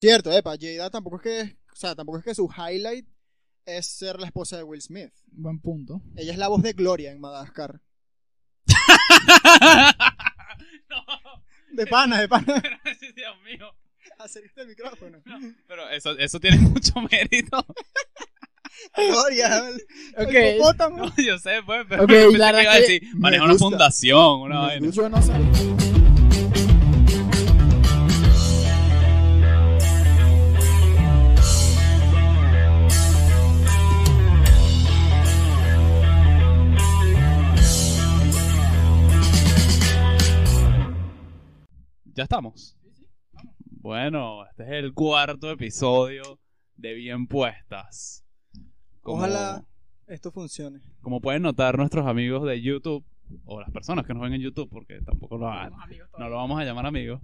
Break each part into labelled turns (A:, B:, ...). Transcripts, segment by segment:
A: Cierto, epa, Jada tampoco es que, o sea, tampoco es que su highlight es ser la esposa de Will Smith.
B: Buen punto.
A: Ella es la voz de Gloria en Madagascar.
C: no,
A: De pana, de pana.
C: pero, Dios mío.
A: Acerca el micrófono.
C: Pero eso, eso tiene mucho mérito.
A: Gloria. el- el
B: Ok.
A: hipopótamo.
C: No, yo sé, pues, pero
B: Ok,
C: pensé
B: la
C: que
B: verdad
C: iba a
B: que
C: decir,
B: me
C: maneja una
B: gusta.
C: fundación, una vaina.
B: Yo no sabía.
C: Ya estamos. Bueno, este es el cuarto episodio de Bien Puestas. Como-
A: Ojalá esto funcione.
C: Como pueden notar nuestros amigos de YouTube, o las personas que nos ven en YouTube, porque tampoco lo ha- no lo vamos a llamar amigos,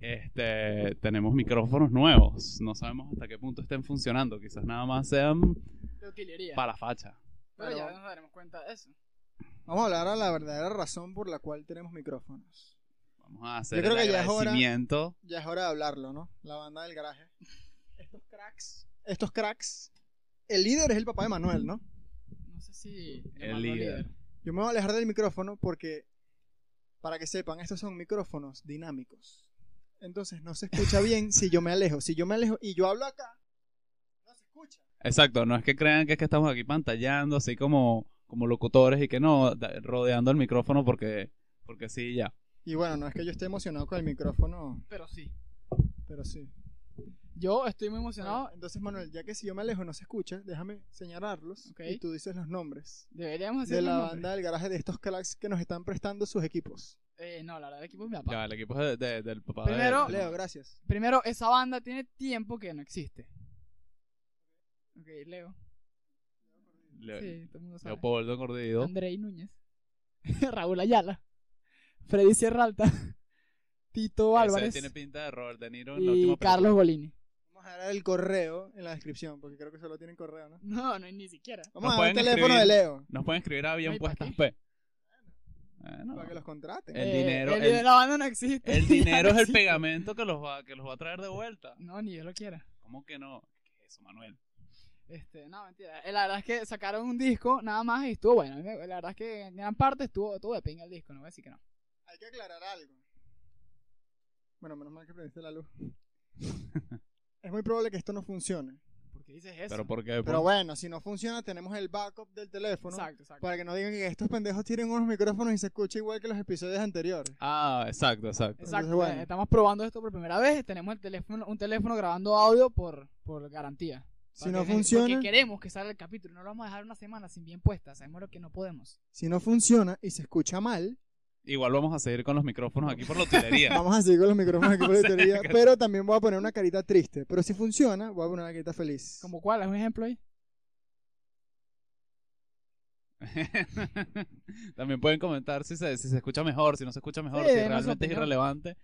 C: este, tenemos micrófonos nuevos. No sabemos hasta qué punto estén funcionando. Quizás nada más sean
B: De utilería.
C: para la facha.
B: Pero ya
A: Pero-
B: nos daremos cuenta de eso.
A: Vamos a hablar a la verdadera razón por la cual tenemos micrófonos.
C: Vamos a hacer
A: Yo creo
C: el
A: que ya es hora.
C: agradecimiento.
A: Ya es hora de hablarlo, ¿no? La banda del garaje.
B: Estos cracks,
A: Estos cracks. El líder es el papá de Manuel, ¿no?
B: no sé si. llamarlo
C: El líder.
A: Yo me voy a alejar del micrófono porque, para que sepan, estos son micrófonos dinámicos. Entonces no se escucha bien si yo me alejo. Si yo me alejo y yo hablo acá, no se escucha.
C: Exacto, no es que crean que es que estamos aquí pantallando así como, como locutores y que no, da- rodeando el micrófono porque, porque sí, ya.
A: Y bueno, no es que yo esté emocionado con el micrófono,
B: Pero sí.
A: pero sí.
B: Yo estoy muy
A: Bueno,
B: emocionado.
A: Entonces, Manuel, ya que si yo me alejo no se escucha, déjame señalarlos
B: Ok.
A: y tú dices los nombres
B: Deberíamos hacer
A: de la
B: los
A: banda
B: nombres.
A: del garaje de estos cracks que nos están prestando sus equipos.
B: Eh, no, la verdad, el equipo es mi
C: Ya,
B: papá.
C: el equipo es de- de- del papá de-
B: Primero-
C: de-
A: Leo, gracias.
B: Primero, esa banda tiene tiempo que no existe. Ok, Leo.
C: Leo-
B: Sí, todo el mundo sabe.
C: Leopoldo Cordido.
B: Andrei Núñez. Raúl Ayala. Freddy Sierra Alta. Tito
C: Ese
B: Álvarez.
C: tiene pinta de Robert De Niro en la
B: Y
C: última película.
B: Carlos Golini.
A: Vamos a dar el correo en la descripción porque creo que solo tienen correo, ¿no?
B: No, no, ni siquiera.
A: Vamos
C: Nos
A: a dar el
C: pueden
A: teléfono de
C: escribir.
A: Leo
C: Nos pueden escribir a Bien
B: Ay, ¿pa'
C: Puestas
B: qué?
C: P. Bueno,
A: para que los contraten.
C: El dinero-
B: Eh, El,
C: el-
B: de la banda no existe.
C: el dinero
B: Ya
C: es
B: no
C: el
B: existe.
C: pegamento que los va, que los va a traer de vuelta.
B: No, ni yo lo quiera.
C: ¿Cómo que no? ¿Qué es eso, Manuel?
B: Este, no, mentira. Eh, La verdad es que sacaron un disco nada más y estuvo bueno. A mí me- La verdad es que en gran parte estuvo, estuvo de pinga el disco, no voy a decir que no.
A: Hay que aclarar algo. Bueno, menos mal que prendiste la luz. es muy probable que esto no funcione.
B: ¿Por qué dices eso?
C: Pero por qué?
A: Pero bueno, si no funciona, tenemos el backup del teléfono.
B: Exacto, exacto.
A: Para que no digan que estos pendejos tienen unos micrófonos y se escucha igual que los episodios anteriores.
C: Ah, exacto, exacto.
B: Exacto,
A: Entonces, bueno.
B: eh, estamos probando esto por primera vez. Tenemos el teléfono, un teléfono grabando audio por, por garantía.
A: Si
B: Porque
A: no
B: es-
A: funciona,
B: Porque queremos que salga el capítulo. No lo vamos a dejar una semana sin bien puesta. Sabemos lo que no podemos.
A: si no funciona y se escucha mal,
C: Igual vamos a seguir con los micrófonos aquí por la utilería.
A: vamos a seguir con los micrófonos aquí por
C: O
A: la
C: sea,
A: teoría,
C: que-
A: pero también voy a poner una carita triste. Pero si funciona, voy a poner una carita feliz.
B: ¿Como cuál? ¿Es un ejemplo ahí?
C: También pueden comentar si se, si se escucha mejor, si no se escucha mejor,
B: Sí,
C: si
B: denos su
C: realmente es
B: opinión.
C: irrelevante.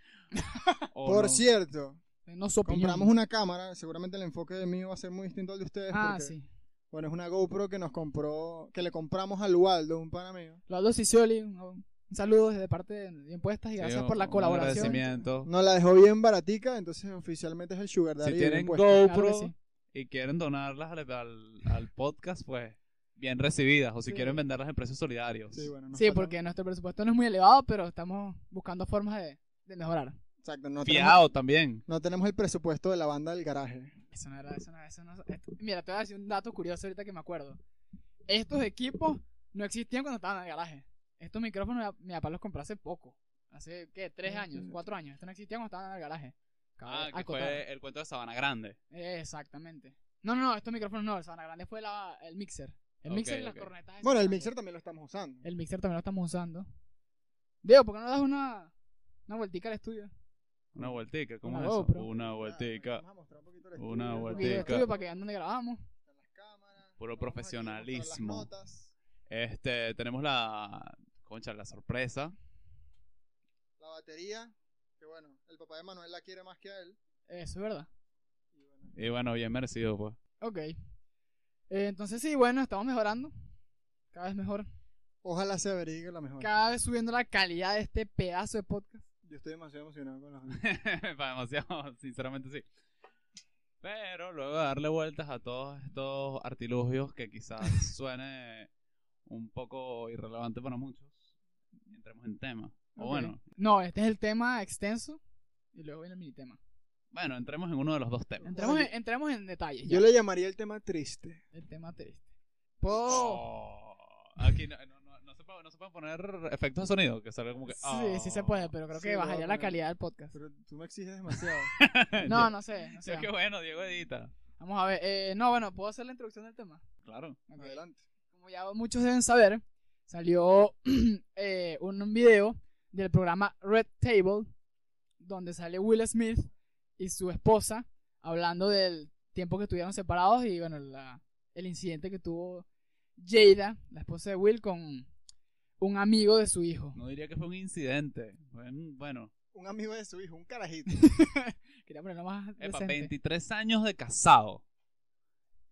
C: O
A: por
C: no.
A: cierto,
B: No su opinión.
A: compramos una cámara. Seguramente el enfoque de mí va a ser muy distinto al de ustedes.
B: Ah,
A: porque,
B: sí.
A: Bueno, es una GoPro que nos compró, que le compramos al Waldo, un pana mío.
B: Lalo Sicioli, un, un saludo desde parte de Bien Puestas y
C: Sí,
B: gracias
C: un-
B: por la
C: un
B: colaboración.
C: agradecimiento.
A: Nos la dejó bien baratica, entonces oficialmente es el Sugar Daddy.
C: Si
A: de
C: tienen
A: impuestos.
B: Claro
C: GoPro
B: que sí.
C: y quieren donarlas al, al- al podcast, pues bien recibidas. O si
A: Sí.
C: quieren venderlas en precios solidarios.
A: Sí, bueno, nos
B: Sí,
A: falta-
B: porque nuestro presupuesto no es muy elevado, pero estamos buscando formas de, de mejorar.
A: Exacto, no tenemos,
C: Fiado también.
A: no tenemos el presupuesto de la banda del garaje.
B: Eso no era, eso no, eso no, esto- mira, te voy a decir un dato curioso ahorita que me acuerdo. Estos equipos no existían cuando estaban en el garaje. Estos micrófonos mi, mi papá los compró hace poco. Hace, ¿qué? ¿Tres años? ¿Cuatro años? Estos no existían cuando estaban en el garaje. Cabe
C: Ah, que
B: acotar.
C: fue el cuento de Sabana Grande.
B: Eh, Exactamente. No, no, no, estos micrófonos no. El Sabana Grande fue la- el mixer. El
C: Ok,
B: mixer y las
C: ok.
B: cornetas. esas
A: Bueno, el
B: grandes.
A: mixer también lo estamos usando.
B: El mixer también lo estamos usando. Diego, ¿por qué no das una, una vueltica al estudio?
C: Una vueltica, ¿cómo
B: Una
C: es eso?
B: GoPro. Ah,
C: Una
A: vuelteca
C: vueltica. Una
B: Porque el
C: Vueltica.
B: estudio para que vean dónde grabamos.
C: Puro profesionalismo. Este, tenemos la. Concha, la sorpresa.
A: La batería, que bueno, el papá de Manuel la quiere más que a él.
B: Eso es verdad.
A: Y bueno,
C: Y bueno, bien merecido, pues.
B: Ok. Eh, entonces sí, bueno, estamos mejorando. Cada vez mejor.
A: Ojalá se averigüe la mejor.
B: Cada vez subiendo la calidad de este pedazo de podcast.
A: Yo estoy demasiado emocionado con la
C: Para demasiado, sinceramente sí. Pero luego de darle vueltas a todos estos artilugios que quizás suene un poco irrelevante para muchos, entremos en tema. O
B: Ok.
C: bueno,
B: No, este es el tema extenso y luego viene el mini tema.
C: bueno, entremos en uno de los dos temas.
B: Entremos,
A: Oye.
B: en, entremos en detalle.
A: Yo le llamaría el tema triste.
B: El tema triste. Puedo.
C: Oh, aquí no, no- no- no se puede- no se pueden poner efectos de sonido, que salga como que...
B: sí, sí se
C: oh.
B: puede, pero creo
A: Sí,
B: que
A: lo voy
B: bajaría
A: a
B: la
A: poner.
B: calidad del podcast.
A: Pero tú me exiges demasiado.
B: No, no sé. no sé.
C: Es que bueno, Diego edita.
B: Vamos a ver. eh, no, bueno, puedo hacer la introducción del tema.
C: Claro.
B: Ok.
A: Adelante.
B: Como ya muchos deben saber, salió eh, un, un video del programa Red Table, donde sale Will Smith y su esposa hablando del tiempo que estuvieron separados y bueno, la- el incidente que tuvo Jada, la esposa de Will, con un amigo de su hijo.
C: No diría que fue un incidente. Fue un- Bueno,
A: Un amigo de su hijo, un carajito.
B: Quería ponerlo más
C: epa,
B: decente.
C: 23 años de casado.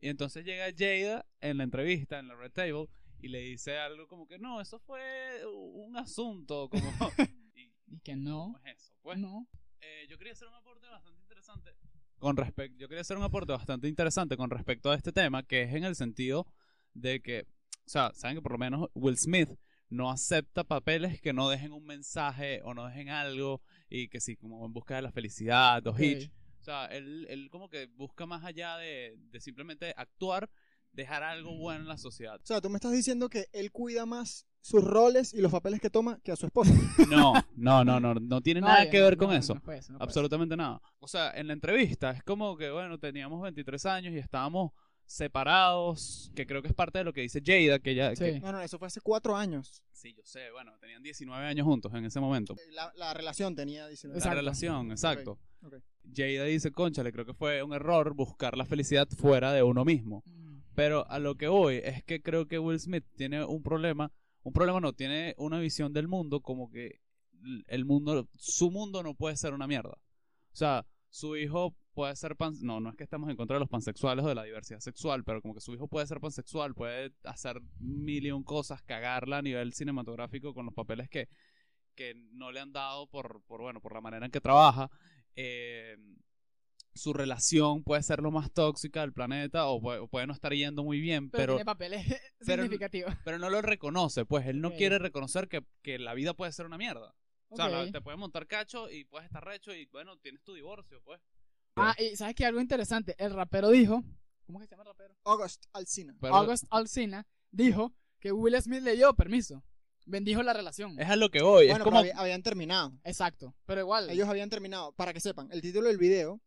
C: Y entonces llega Jada en la entrevista, en la Red Table, y le dice algo como que no, eso fue un asunto. Como, y,
B: Y que no,
C: ¿Cómo es eso? Pues,
B: no.
C: eh, yo quería hacer un aporte bastante interesante con respecto yo quería hacer un aporte bastante interesante con respecto a este tema que es en el sentido de que o sea saben que por lo menos Will Smith no acepta papeles que no dejen un mensaje o no dejen algo y que sí como en busca de la felicidad o Hitch
B: Ok.
C: o sea él, él como que busca más allá de, de simplemente actuar dejar algo bueno en la sociedad
A: O sea, tú me estás diciendo que él cuida más sus roles y los papeles que toma que a su esposa.
C: no no no no no tiene
B: No,
C: nada
B: ya,
C: que ver
B: no,
C: con
B: no,
C: eso
B: no fue eso, no pues. fue eso.
C: Absolutamente nada. O sea, en la entrevista es como que, bueno, teníamos 23 años y estábamos separados, que creo que es parte de lo que dice Jada, que ya...
B: Sí.
A: No, no, eso fue hace cuatro años.
C: sí, yo sé, bueno, tenían 19 años juntos en ese momento.
A: La, la relación tenía 19
C: La
B: Exacto.
C: relación, exacto.
A: ok.
C: Jada dice, concha, le creo que fue un error buscar la felicidad fuera de uno mismo.
B: Mm.
C: Pero a lo que voy es que creo que Will Smith tiene un problema, un problema no, tiene una visión del mundo como que el mundo, su mundo no puede ser una mierda. O sea, su hijo puede ser pan... No, no es que estamos en contra de los pansexuales o de la diversidad sexual, pero como que su hijo puede ser pansexual, puede hacer mil y un cosas, cagarla a nivel cinematográfico con los papeles que, que no le han dado por, por, bueno, por la manera en que trabaja. Eh, su relación puede ser lo más tóxica del planeta o puede, o puede no estar yendo muy bien,
B: Pero,
C: pero,
B: tiene papeles
C: pero-
B: significativos.
C: pero no lo reconoce, pues él no
B: Ok.
C: quiere reconocer que, que la vida puede ser una mierda. O sea, la-
B: Ok.
C: te puedes montar cacho y puedes estar recho y bueno, tienes tu divorcio, pues.
B: Ah, y sabes que algo interesante, el rapero dijo, ¿cómo es que se llama el rapero?
A: August Alcina.
C: Pero
B: August Alsina dijo que Will Smith le dio permiso, bendijo la relación.
A: Eh.
C: es a lo que voy.
A: Bueno,
C: es como.
A: pero había- habían terminado.
B: Exacto, pero igual.
A: Ellos habían terminado. Para que sepan, el título del video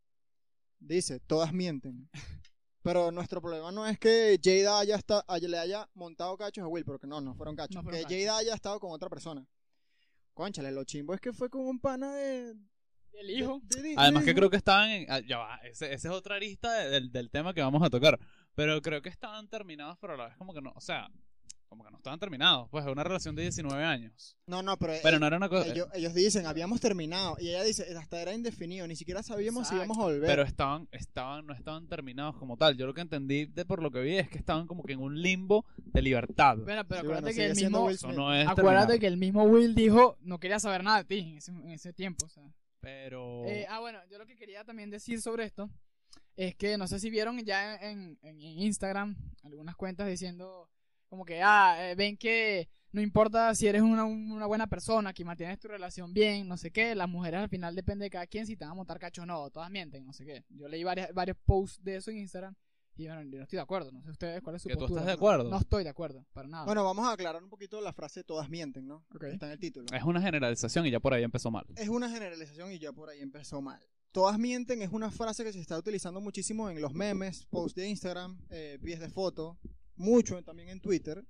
A: dice, todas mienten. Pero nuestro problema no es que Jada haya esta- haya- le haya montado cachos a Will, porque no, no fueron cachos.
B: No fueron
A: que
B: cachos.
A: Jada haya estado con otra persona. Conchale, lo chimbo es que fue con un pana de...
B: El hijo.
A: de- de-
C: Además,
A: de-
C: que creo que estaban. En, ah, ya va, ese, ese es otra arista de- del, del tema que vamos a tocar. Pero creo que estaban terminados, pero a la vez como que no. O sea, como que no estaban terminados. Pues una relación de 19 años.
A: No, no,
B: Eh,
A: pero...
C: Pero no era una cosa.
A: Ellos, ellos dicen, habíamos terminado. Y ella dice, hasta era indefinido, ni siquiera sabíamos si íbamos a volver.
C: Pero estaban, estaban, no estaban terminados como tal. Yo lo que entendí de por lo que vi es que estaban como que en un limbo de libertad.
B: Bueno, pero
A: Sí,
B: acuérdate
A: bueno,
B: que
A: sigue
B: el
A: siendo
B: mismo.
A: Will
C: Eso
A: Smith.
C: no es
B: Acuérdate
C: terminar.
B: que el mismo Will dijo no quería saber nada de ti en ese, en ese tiempo. o sea.
C: Pero.
B: Eh, ah, bueno, yo lo que quería también decir sobre esto es que no sé si vieron ya en, en- en Instagram algunas cuentas diciendo como que, ah, eh, ven que no importa si eres una, una buena persona, que mantienes tu relación bien, no sé qué, las mujeres al final depende de cada quien si te van a montar cacho o no, todas mienten, no sé qué. Yo leí varias, varios posts de eso en Instagram y bueno, yo no estoy de acuerdo, no sé ustedes cuál es su
C: que tú
B: postura.
C: estás de acuerdo.
B: No estoy de acuerdo, para nada.
A: Bueno, vamos a aclarar un poquito la frase todas mienten, ¿no?
B: Ok.
A: Está en el título.
C: Es una generalización y ya por ahí empezó mal.
A: Es una generalización y ya por ahí empezó mal. Todas mienten es una frase que se está utilizando muchísimo en los memes, posts de Instagram, eh, pies de foto, mucho también en Twitter.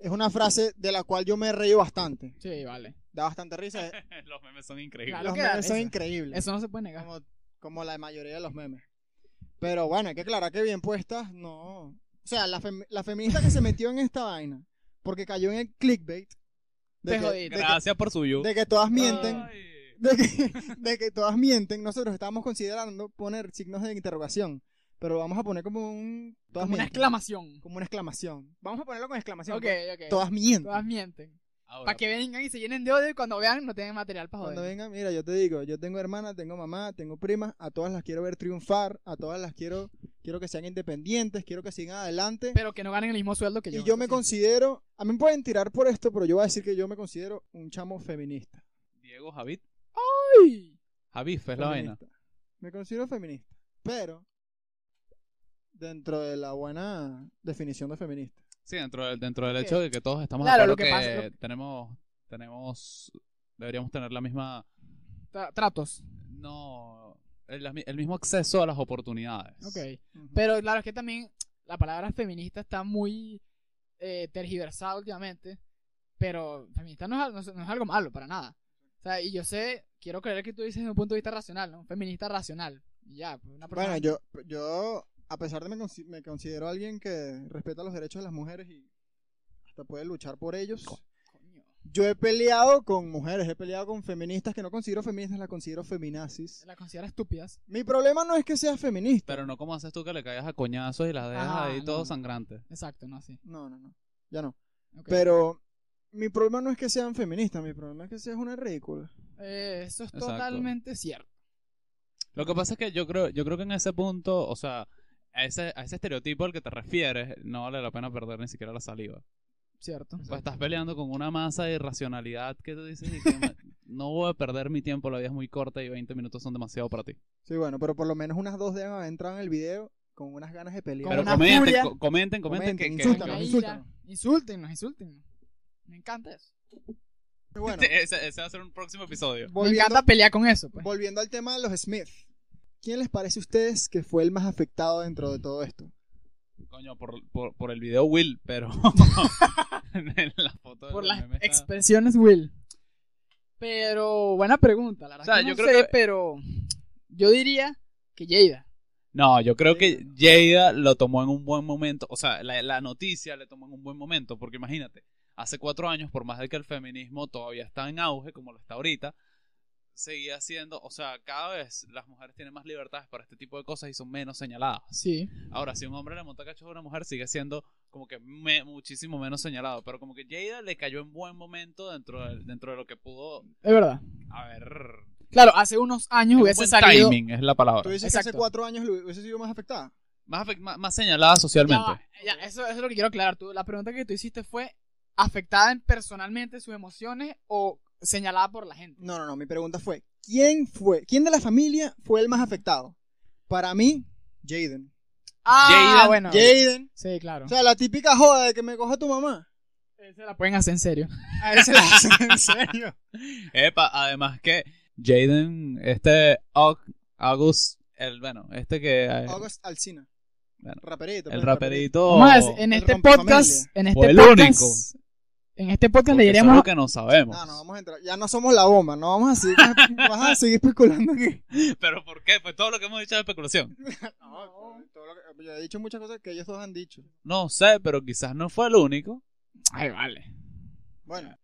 A: Es una frase de la cual yo me he reído bastante.
B: sí, vale.
A: Da bastante risa.
C: Los memes son increíbles.
B: Claro.
A: los
B: que da
A: memes son
B: risa.
A: increíbles.
B: Eso no se puede negar.
A: como, como la mayoría de los memes. Pero bueno, hay que aclarar que bien puestas, no. O sea, la, fem- la feminista que se metió en esta vaina, porque cayó en el clickbait. De
B: Te
A: que,
B: jodí.
A: de que-
C: Gracias por su view.
A: de que todas mienten.
C: Ay.
A: De que, de que todas mienten, nosotros estábamos considerando poner signos de interrogación, pero vamos a poner como un... Todas
B: Como una
A: mienten.
B: exclamación.
A: Como una exclamación. Vamos a ponerlo con exclamación.
B: Ok,
A: pues.
B: ok.
A: Todas mienten.
B: Todas mienten.
C: Ahora,
B: Para que vengan y se llenen de odio y cuando vean no tengan material para
A: Cuando
B: joder.
A: vengan, mira, yo te digo, yo tengo hermana, tengo mamá, tengo primas, a todas las quiero ver triunfar, a todas las quiero, quiero que sean independientes, quiero que sigan adelante.
B: Pero que no ganen el mismo sueldo que yo.
A: y yo me
B: eso sí.
A: considero, a mí me pueden tirar por esto, pero yo voy a decir que yo me considero un chamo feminista.
C: Diego Javid.
B: ¡Ay!
C: Javif es la vaina.
A: feminista. Me considero feminista, pero dentro de la buena definición de feminista.
C: Sí, dentro del, dentro del
B: Ok.
C: hecho de que todos estamos
B: Claro,
C: de
B: lo
C: acuerdo
B: que pasa-
C: que tenemos, tenemos, deberíamos tener la misma,
B: Tra- tratos.
C: no, el, la mi- el mismo acceso a las oportunidades.
B: Ok. Pero claro, es que también la palabra feminista está muy eh, tergiversada últimamente. Pero feminista no es, al- no es- no es algo malo, para nada. O sea, y yo sé, quiero creer que tú dices desde un punto de vista racional, ¿no? Feminista racional. Y ya, pues, una persona.
A: Bueno, yo, yo, a pesar de me, consi- me considero alguien que respeta los derechos de las mujeres y hasta puede luchar por ellos.
B: Coño.
A: Yo he peleado con mujeres, he peleado con feministas que no considero feministas, las considero feminazis.
B: La considera estúpidas.
A: Mi problema no es que seas feminista.
C: Pero no como haces tú que le caigas a coñazos y las dejas
B: Ajá,
C: ahí todo
B: no.
C: sangrante.
B: Exacto, no así.
A: No, no, no. Ya no.
B: Ok.
A: Pero mi problema no es que sean feministas, mi problema es que seas una ridícula.
B: Eh, eso es
C: Exacto.
B: totalmente cierto.
C: Lo que pasa es que yo creo, yo creo que en ese punto, o sea, a ese, a ese estereotipo al que te refieres, no vale la pena perder ni siquiera la saliva.
B: Cierto.
C: Pues estás peleando con una masa de irracionalidad que tú dices, y que me- no voy a perder mi tiempo, la vida es muy corta y 20 minutos son demasiado para ti.
A: Sí, bueno, pero por lo menos unas dos deben haber entrado en el video con unas ganas de pelear.
B: Con
C: Pero
B: una
C: comenten,
B: furia.
C: co- comenten, comenten, que-
A: Comenten,
C: que,
A: insultan,
C: que-
B: Una
A: insúltanos.
B: ira. Insúltenos, insúltenos. Me encanta eso.
A: Pero bueno,
C: ese, ese va a ser un próximo episodio.
B: Me
A: volviendo,
B: encanta pelear con eso, pues.
A: volviendo al tema de los Smith. ¿Quién les parece a ustedes que fue el más afectado dentro de todo esto?
C: Coño, por, por, por el video Will, pero en la foto del
B: por las
C: meme está-
B: expresiones Will. Pero buena pregunta, la verdad.
C: O sea,
B: que no
C: yo creo
B: sé,
C: que-
B: pero yo diría que Jada.
C: No, yo creo que Jada lo tomó en un buen momento. O sea, la, la noticia le tomó en un buen momento. Porque imagínate, hace cuatro años, por más de que el feminismo todavía está en auge, como lo está ahorita, seguía siendo. O sea, cada vez las mujeres tienen más libertades para este tipo de cosas y son menos señaladas.
B: Sí.
C: Ahora, si un hombre le monta cachos a una mujer, sigue siendo como que me- muchísimo menos señalado. Pero como que Jada le cayó en buen momento dentro de, dentro de lo que pudo.
B: Es verdad.
C: A ver.
B: Claro, hace unos años
C: en un
B: hubiese
C: buen
B: salido.
C: timing es la
A: ¿Tú
C: palabra.
A: dices que hace
B: Exacto.
A: cuatro años le hubiese sido más afectada?
C: Más, afect- más- más señalada
B: Ya
C: socialmente.
B: va, ya, eso, eso es lo que quiero aclarar. Tú, la pregunta que tú hiciste fue: ¿afectada en personalmente sus emociones o señalada por la gente?
A: No, no, no. Mi pregunta fue: ¿quién fue? ¿Quién de la familia fue el más afectado? Para mí, Jaden.
B: Ah,
C: Jada-
B: bueno.
A: Jaden.
B: Sí, claro.
A: O sea, la típica joda de que me coja tu mamá.
B: Se la pueden hacer en serio.
A: A él se la hacen en serio.
C: Epa, además que Jaden, este Aug- August, el bueno, este que eh,
A: August Alcina.
C: Bueno,
A: raperito.
C: el
A: pues,
C: raperito
B: Vamos a decir, en
A: el
B: este
A: rompefamilia.
B: podcast. En este
C: Fue Pues el
B: podcast.
C: único.
B: En este podcast
C: porque
B: le
C: eso es
B: diremos
C: lo que no sabemos.
A: No, Ah, no, vamos a entrar. Ya no somos la bomba. No vamos a seguir, vas a seguir especulando aquí.
C: Pero ¿por qué? Pues todo lo que hemos dicho es especulación.
A: No, todo lo que- yo he dicho muchas cosas que ellos dos han dicho.
C: No sé, pero quizás no fue el único.
B: Ay, vale.
A: Bueno,
B: Ajá.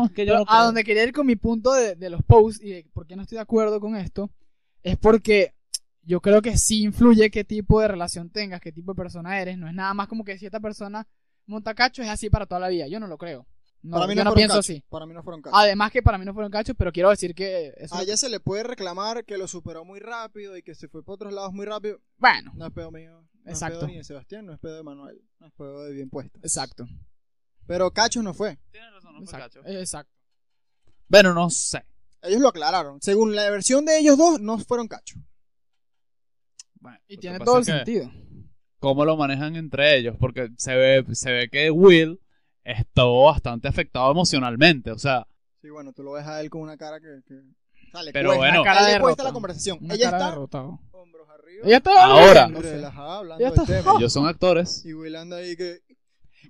C: No, es que yo
B: Pero
C: no
B: a
C: creo.
B: donde quería ir con mi punto de, de los posts y de por qué no estoy de acuerdo con esto, es porque yo creo que sí influye qué tipo de relación tengas, qué tipo de persona eres. No es nada más como que si esta persona monta cacho es así para toda la vida. Yo no lo creo. No,
A: para mí no,
B: yo no
A: fueron
B: pienso
A: cachos.
B: así. Ah,
A: Para mí no fueron cachos.
B: Además que para mí no fueron cachos, pero quiero decir que eso...
A: A ella se le puede reclamar que lo superó muy rápido y que se fue para otros lados muy rápido.
B: Bueno,
A: No es pedo mío. No
B: Exacto.
A: es pedo ni de Sebastián, no es pedo de Manuel. No es pedo de bien puesto.
B: exacto.
A: Pero Cacho no fue.
C: Tienes razón, no fue
B: Exacto.
C: Cacho.
B: exacto.
C: Bueno, no sé.
A: Ellos lo aclararon. Según la versión de ellos dos, no fueron Cacho.
C: Bueno,
B: Y
C: lo que
B: tiene
C: pasa
B: todo el
C: es que
B: sentido.
C: Cómo lo manejan entre ellos, porque se ve, se ve que Will estuvo bastante afectado emocionalmente, o sea,
A: Sí, bueno, tú lo ves a él con una cara que. que... O sea, le
C: Pero
A: cuesta,
C: bueno.
A: a él
B: Cara
A: le
B: de
A: cuesta
B: roto.
A: la conversación.
B: Una
A: ella
B: cara
A: está.
B: derrotado.
A: Hombros arriba.
B: Ella estaba
C: Ahora.
B: riéndose.
A: relajada hablando
B: Ella
A: del
B: está-
A: tema.
C: ellos son actores.
A: Y Will anda ahí que.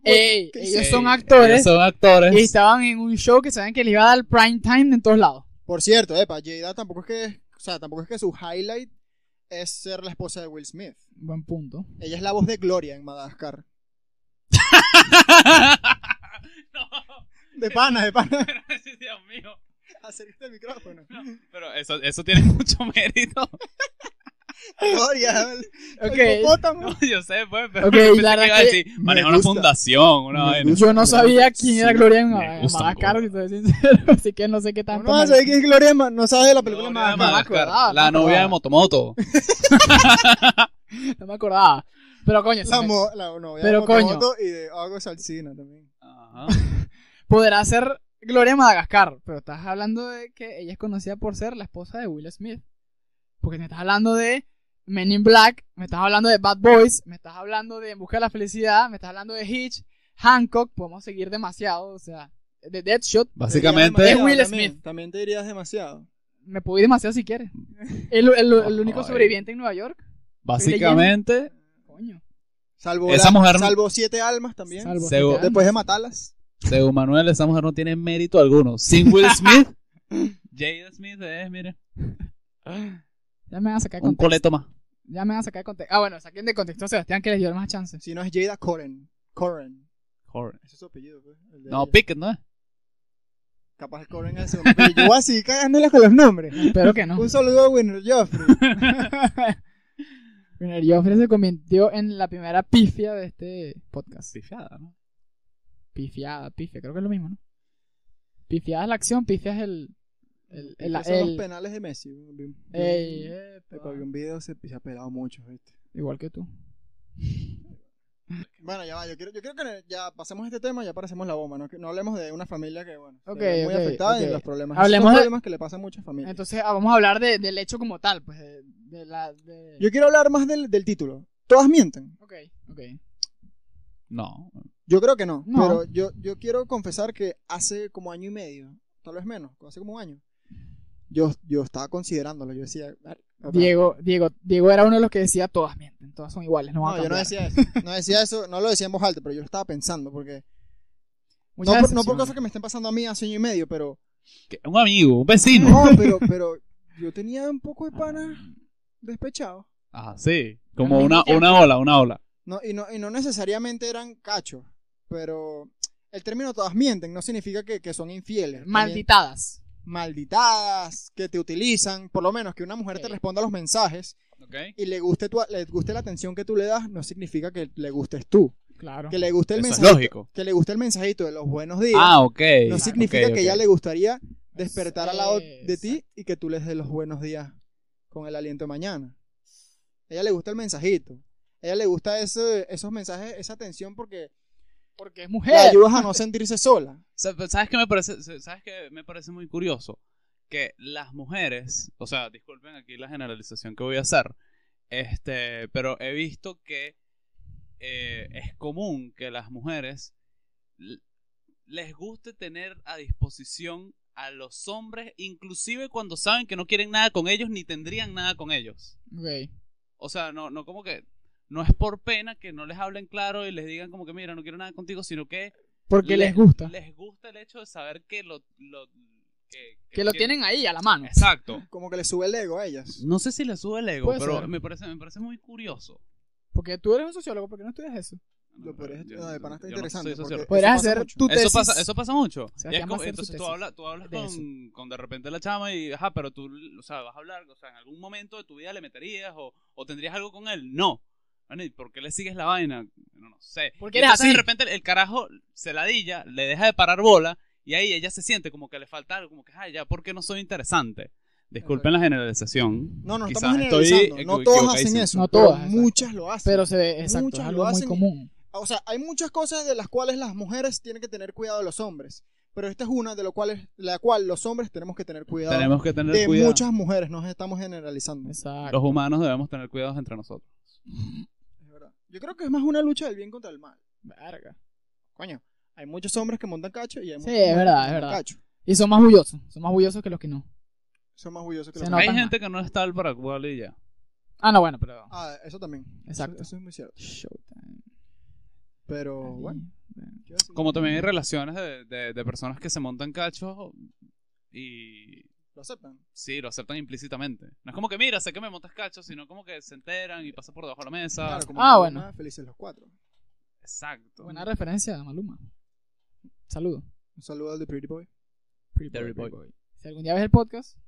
B: Ey,
A: ¿Qué
B: Pues, ellos
A: hice?
B: son
C: Eh,
B: actores
C: ellos son actores.
B: y estaban en un show que saben que le iba a dar prime time en todos lados.
A: Por cierto, epa, Jada tampoco es que. O sea, tampoco es que su highlight es ser la esposa de Will Smith.
B: Buen punto.
A: Ella es la voz de Gloria en Madagascar.
C: no.
A: De pana, de pana.
C: Pero, Dios mío.
B: Ah,
A: Acerca el micrófono.
C: Pero eso, eso tiene mucho mérito.
A: Gloria.
B: Ok.
A: El hipopótamo.
C: yo sé, pues, pero
B: Ok,
C: pensé
B: la
C: que iba a
B: verdad es
C: decir, maneja
A: me
C: una
A: gusta.
C: fundación, una
A: Me
C: vaina.
A: gusta.
B: Yo no sabía quién era
C: Sí,
B: Gloria en
C: me
B: Ma- en
C: gusta un
B: Madagascar,
C: poco.
B: si soy sincero, así que no sé qué tanto.
A: No
B: me-
A: vas a ver quién es Gloria de Ma- No sabes de la película de
C: Gloria de
A: Madagascar.
B: Madagascar.
C: Madagascar, La
B: No me acordaba.
C: novia de Motomoto.
B: no me acordaba. Pero coño, se
A: La
B: me-
A: mo- la novia
B: Pero
A: de
B: coño.
A: Motomoto y de Agua Salsina también.
C: Ajá.
B: podrá ser Gloria de Madagascar, pero estás hablando de que ella es conocida por ser la esposa de Will Smith. Porque me estás hablando de Men in Black, me estás hablando de Bad Boys, me estás hablando de En Busca de la Felicidad, me estás hablando de Hitch, Hancock, podemos seguir demasiado, o sea, de Deadshot,
A: Te
C: Básicamente,
A: dirías
B: Es Will
A: demasiado
B: Smith.
A: También, también te dirías demasiado.
B: me puedo ir demasiado si quieres. El, el- el único
C: Ay.
B: sobreviviente en Nueva York,
C: básicamente,
B: coño.
A: Salvo,
C: Esa
A: la-
C: mujer-
A: salvo siete almas también.
B: Salvo
C: Segu-
B: Gitano.
A: Después de matarlas.
C: según Manuel, esa mujer no tiene mérito alguno. Sin Will Smith, Jade Smith es, mire,
B: Ya me van a sacar de
C: un
B: contexto.
C: coleto más.
B: Ya me van a sacar de contexto. Ah, bueno, saquen de contexto a Sebastián que les dio más chances.
A: Si no es Jada Coren. Coren.
C: Corre.
A: Ese es su apellido, pues, el de
C: No,
A: ella.
C: Pickett, ¿no es?
A: Capaz el Coren es el segundo apellido. Yo voy a seguir cagándoles con los nombres.
B: Espero que no.
A: Un saludo a Winner Joffrey.
B: Winner Joffrey se convirtió en la primera pifia de este podcast.
C: Pifiada, ¿no?
B: Pifiada, pifia, creo que es lo mismo, ¿no? Pifiada es la acción, pifia es el. el, el,
A: Esos son
B: el-
A: los penales de Messi. Vi un- vi
B: Ey,
A: un-
B: epa.
A: epa, vi un video se, se ha pelado mucho. ¿viste?
B: Igual que tú.
A: Bueno, ya va. Yo quiero, yo quiero que ya pasemos este tema y ya parecemos la bomba. No, Que- no hablemos de una familia que, bueno, se
B: Ok,
A: ve muy
B: ok,
A: afectada
B: ok.
A: y los problemas. Esos
B: Hablemos
A: son
B: de-
A: problemas que le pasan a muchas familias.
B: Entonces, ah, vamos a hablar de- del hecho como tal, pues. De, de la. de-
A: yo quiero hablar más del, del título. Todas mienten.
B: Ok, ok.
C: No.
A: Yo creo que no,
B: No.
A: pero yo, yo quiero confesar que hace como año y medio, tal vez menos, hace como un año, yo, yo estaba considerándolo, yo decía... "Ver, papá".
B: Diego, Diego, Diego era uno de los que decía todas mienten, todas son iguales, no van a
A: No, yo no
B: cambiar".
A: decía eso, no decía eso, no lo decía en voz alta, pero yo lo estaba pensando, porque... No
B: Muchas
A: por, no por
B: decepciones.
A: cosas que me estén pasando a mí hace año y medio, pero...
C: Que- Un amigo, un vecino.
A: No, pero, pero yo tenía un poco de pana despechado.
C: Ah, sí. Como
B: Al mismo
C: una,
B: tiempo.
C: una ola, una ola.
A: No, y, no, y no necesariamente eran cachos, pero el término todas mienten no significa que, que son infieles. También-
B: Malditadas.
A: malditadas que te utilizan, por lo menos que una mujer te
B: Sí.
A: responda a los mensajes
C: Ok.
A: y le guste, tu, le guste la atención que tú le das, no significa que le gustes tú.
B: Claro.
A: Que le guste el
C: Eso es
A: mensajito,
C: lógico.
A: que le guste el mensajito de los buenos días,
C: Ah, ok.
A: no significa
C: Ok,
A: que
C: ok.
A: ella le gustaría despertar al lado de
B: Exacto.
A: ti y que tú les des los buenos días con el aliento de mañana. A ella le gusta el mensajito. A ella le gusta ese- esos mensajes, esa atención porque
B: Porque es
A: la
B: mujer.
A: ayudas a no sentirse sola.
C: Sa- pero ¿Sabes qué me parece? sa- ¿Sabes qué me parece muy curioso? Que las mujeres, o sea, disculpen aquí la generalización que voy a hacer, este, pero he visto que eh, es común que las mujeres l- les guste tener a disposición a los hombres, inclusive cuando saben que no quieren nada con ellos ni tendrían nada con ellos.
B: Ok.
C: O sea, no, no como que no es por pena que no les hablen claro y les digan como que mira, no quiero nada contigo, sino que
B: Porque
C: le-
B: les gusta.
C: Les gusta el hecho de saber que lo, lo- que,
B: que lo
C: que-
B: tienen ahí a la mano.
C: Exacto.
A: Como que le sube el ego a ellas.
C: No sé si le sube el ego,
B: Puede
C: pero
B: ser.
C: me parece, me parece muy curioso.
B: Porque tú eres un sociólogo, ¿por qué no estudias eso?
A: Lo peor es-
C: Yo-
A: no, de pana está
C: yo no soy
A: interesante. porque
C: sociólogo.
A: eso
B: Podrías
A: pasa
B: hacer
A: mucho.
B: tu
C: Eso
B: tesis.
C: pasa, eso pasa mucho.
B: Sebastián
C: Y es
B: va a
C: como-
B: hacer su
C: entonces tú
B: tesis
C: hablas, tú hablas
B: de
C: con, con de repente la chama y, ajá, pero tú, o sea, vas a hablar, o sea, en algún momento de tu vida le meterías o, o tendrías algo con él. No. Bueno, ¿y ¿Por qué le sigues la vaina? No, no sé.
B: Porque
C: Y
B: eres
C: entonces,
B: así.
C: de repente el- el carajo se ladilla, le deja de parar bola y ahí ella se siente como que le falta algo, como que, ay, ya, ¿por qué no soy interesante? Disculpen la generalización.
A: No, no
C: Quizás
A: estamos
C: estoy
A: generalizando. no
C: equivo-
A: todas hacen
C: equivocadísimo.
A: eso.
B: No
A: pero
B: todas, exacto.
A: Muchas lo hacen.
B: Pero se ve, exacto,
A: Muchas
B: es
A: lo
B: algo muy
A: hacen.
B: común.
A: O sea, hay muchas cosas de las cuales las mujeres tienen que tener cuidado de los hombres. Pero esta es una de las cuales la cual los hombres tenemos que tener cuidado.
C: Tenemos que tener
A: de
C: cuidado.
A: muchas mujeres, nos estamos generalizando.
B: Exacto.
C: Los humanos debemos tener cuidados entre nosotros.
A: Es verdad. Yo creo que es más una lucha del bien contra el mal.
B: Verga.
A: Coño, hay muchos hombres que montan cacho y hay
B: Sí,
A: muchas mujeres
B: es verdad,
A: que
B: es
A: montan
B: verdad.
A: cacho.
B: Y son más bullosos, son más bullosos que los que no.
A: Son más orgullosos que
B: Se
A: los
B: No,
C: Hay
B: tan
C: gente que no está al para cual y ya.
B: Ah, no, bueno, pero.
A: Ah, eso también.
B: Exacto.
A: Eso, eso es muy cierto.
B: Showtime.
A: Pero Oh, bueno. ¿qué hacen?
C: Como también hay relaciones de, de- de personas que se montan cachos y
A: Lo aceptan.
C: sí, lo aceptan implícitamente. No es como que, mira, sé que me montas cachos, sino como que se enteran y pasan por debajo de la mesa.
A: Claro, como
B: Ah,
A: que
B: bueno.
A: más Felices los cuatro.
C: Exacto.
B: Buena referencia, Maluma. Saludo.
A: Un saludo al de Pretty Boy.
B: Pretty
C: Pretty
B: Boy,
C: Boy.
B: Pretty Boy. Si algún día ves el podcast,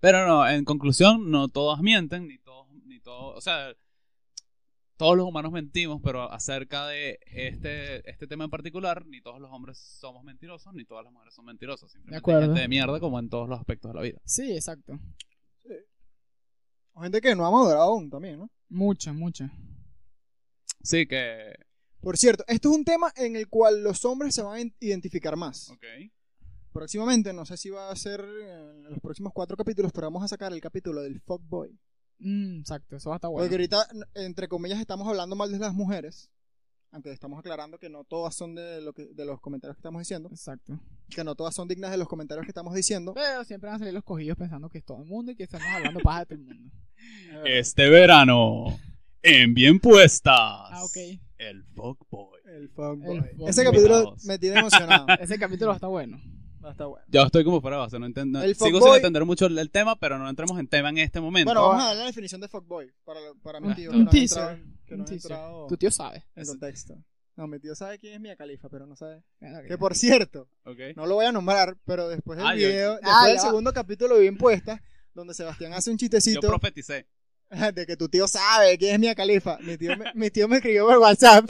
C: Pero no, en conclusión, no todas mienten, ni todos ni todo, o sea, todos los humanos mentimos, pero acerca de este, este tema en particular, ni todos los hombres somos mentirosos, ni todas las mujeres son mentirosas. Simplemente hay
B: acuerdo.
C: gente de mierda como en todos los aspectos de la vida.
B: Sí, exacto.
A: O gente que no ha madurado aún también, ¿no?
B: Mucha, mucha.
C: Sí, que...
A: Por cierto, esto es un tema en el cual los hombres se van a in- identificar más.
C: Ok.
A: Próximamente, no sé si va a ser en los próximos cuatro capítulos, pero vamos a sacar el capítulo del fuckboy.
B: Mm, exacto, eso va a estar
A: Porque
B: bueno.
A: ahorita, n- entre comillas, estamos hablando mal de las mujeres. Aunque estamos aclarando que no todas son de, lo que- de los comentarios que estamos diciendo.
B: Exacto.
A: Que no todas son dignas de los comentarios que estamos diciendo.
B: Pero siempre van a salir los cogidos pensando que es todo el mundo y que estamos hablando paja de todo el mundo.
C: Este verano, en Bien Puestas,
B: Ah, ok.
C: el Fuckboy.
A: El fuckboy.
B: El fuckboy.
A: Ese capítulo
C: Invitados.
A: me tiene emocionado.
B: Ese capítulo está bueno.
A: No, está bueno.
C: Yo estoy como fuera de base, no entiendo.
A: El
C: Sigo
A: fuckboy-
C: sin entender mucho el, el tema, pero no entramos en tema en este momento.
A: Bueno, vamos a dar la definición de fuckboy para, para mi
C: Un-
A: tío.
C: un
A: que no ha
B: Ah, teaser,
A: entrado en- Que
B: un
A: no ha
B: teaser.
A: entrado
B: Tu tío sabe.
A: en
C: Eso.
A: contexto. No, mi tío sabe quién es Mia Califa, pero no sabe. Que
B: ¿Qué
A: por cierto,
C: Ok.
A: no lo voy a nombrar, pero después del
C: Ah, yo-
A: video, después
B: Ah,
A: del
B: ya va.
A: segundo capítulo de Bien Puesta, donde Sebastián hace un
C: Yo
A: chistecito
C: profeticé.
A: de que tu tío sabe quién es Mia Califa. Mi tío me, mi tío me escribió por WhatsApp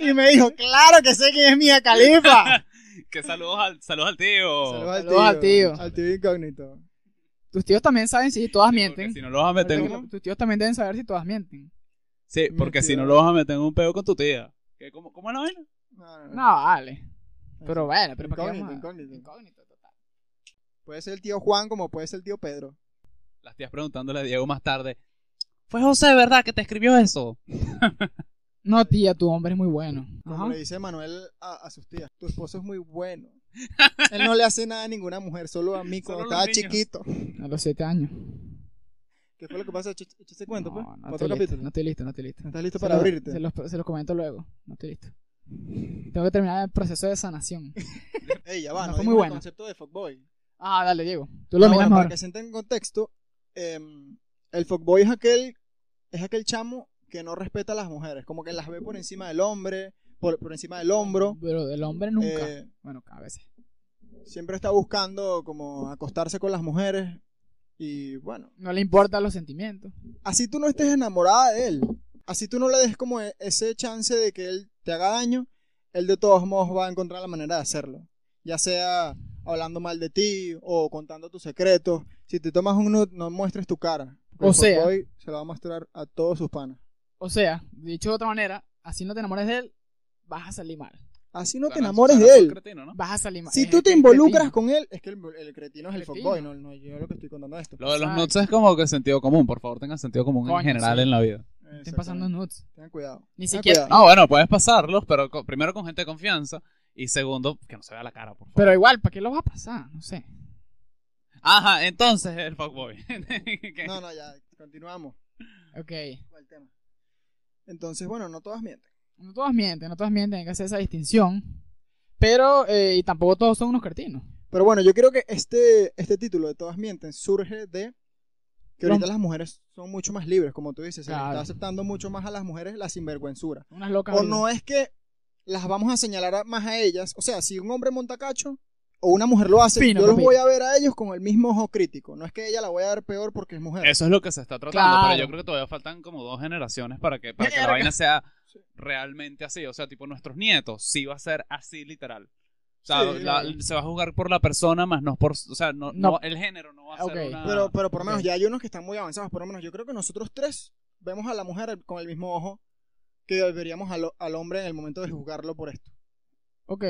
A: y me dijo, claro que sé quién es Mia Califa.
C: Que saludos al, saludos al tío.
A: Saludos al tío.
B: Saludos al tío.
A: Al tío incógnito.
B: Tus tíos también saben si todas mienten.
C: Porque si no lo vas a meter en un-
A: ¿Cómo?
B: Tus tíos también deben saber si todas mienten.
C: Sí, porque si no lo vas a meter en un peo con tu tía. ¿Qué, cómo, ¿Cómo es la vaina?
A: No, no,
B: No,
A: no.
B: vale. Pero bueno, pero ¿para qué
A: incógnito,
B: vamos a-
A: incógnito.
B: Incógnito, total.
A: Puede ser el tío Juan como puede ser el tío Pedro.
C: Las tías preguntándole a Diego más tarde. Fue José, ¿verdad? Que te escribió eso.
B: No, tía, tu hombre es muy bueno.
A: Como
B: Ajá.
A: le dice Manuel a, a sus tías, tu esposo es muy bueno. Él no le hace nada a ninguna mujer, solo a mí cuando
C: Solo a
A: estaba
C: los niños.
A: chiquito.
B: A los siete años.
A: ¿Qué fue lo que pasó? Echa echa ese cuento, pues.
B: No, no
A: Para
B: estoy
A: otro
B: listo,
A: capítulo.
B: no estoy listo, no estoy listo.
A: ¿No ¿Estás listo
B: Se
A: para
B: lo-
A: abrirte?
B: Se los, se los comento luego. No estoy listo. Tengo que terminar el proceso de sanación.
A: Ey, ya va,
B: No,
A: no,
B: fue
A: dimos
B: muy
A: el
B: bueno.
A: concepto de fuckboy.
B: Ah, dale, Diego. Tú lo
A: Ah,
B: miras
A: bueno, para
B: mejor.
A: que se entienda en contexto, em, el fuckboy es aquel, es aquel chamo que no respeta a las mujeres, como que las ve por encima del hombre, por, por encima del hombro.
B: Pero del hombre nunca.
A: eh,
B: Bueno, a veces.
A: siempre está buscando como acostarse con las mujeres. Y bueno,
B: No le importan los sentimientos.
A: así tú no estés enamorada de él, así tú no le des como e- ese chance de que él te haga daño, él de todos modos va a encontrar la manera de hacerlo. Ya sea hablando mal de ti o contando tus secretos. Si te tomas un nude, no muestres tu cara. porque
B: O
A: el
B: sea-
A: fuckboy se lo va a mostrar a todos sus panas.
B: O sea, dicho de otra manera, así no te enamores de él, vas a salir mal.
A: Así no te
C: Suena-
A: enamores
C: suena
A: de
C: full
A: él.
C: cretino, ¿no?
B: Vas a salir mal.
A: Si
B: Es
A: tú te
B: que-
A: involucras
B: cretino.
A: con él, es que el, el cretino es el
B: Cretino.
A: fuckboy, no, no yo lo que estoy contando es esto.
C: Lo de los
B: Exacto.
C: nuts es como que sentido común. Por favor, tengan sentido común
B: Coño,
C: en general
B: sí.
C: en la vida.
B: Estén pasando nudes.
A: Tengan cuidado.
B: Ni
A: tengan
B: siquiera-
A: Ah, cuidado.
C: No, bueno, puedes pasarlos, pero co- primero con gente de confianza. Y segundo, que no se vea la cara, por favor.
B: Pero igual, ¿para qué lo vas a pasar? No sé.
C: Ajá, entonces el fuckboy. ¿Qué?
A: No, no, ya, continuamos
B: Ok.
A: con el tema. Entonces, bueno, no todas mienten.
B: No todas mienten, no todas mienten, hay que hacer esa distinción. Pero, eh, y tampoco todos son unos cretinos.
A: Pero bueno, yo creo que este, este título de Todas Mienten surge de que ahorita
B: Los-
A: las mujeres son mucho más libres, como tú dices, se les
B: Claro.
A: está aceptando mucho más a las mujeres la sinvergüenzura.
B: Unas locas.
A: O no es que las vamos a señalar a- más a ellas, o sea, si un hombre monta cacho o una mujer lo hace,
B: Fino,
A: yo los
B: papi.
A: voy a ver a ellos con el mismo ojo crítico. No es que ella la voy a ver peor porque es mujer.
C: Eso es lo que se está tratando,
B: Claro.
C: pero yo creo que todavía faltan como dos generaciones para que, para que la
B: Verga.
C: vaina sea
A: Sí.
C: realmente así. O sea, tipo nuestros nietos, sí va a ser así literal. O sea,
A: Sí,
C: la-
A: claro.
C: se va a jugar por la persona, más no por... O sea, no,
B: No.
C: no, el género no va a
B: Ok.
C: ser una...
A: Pero, pero por lo menos
B: ok.
A: ya hay unos que están muy avanzados. Por lo menos yo creo que nosotros tres vemos a la mujer con el mismo ojo que veríamos al, al hombre en el momento de juzgarlo por esto.
B: Ok.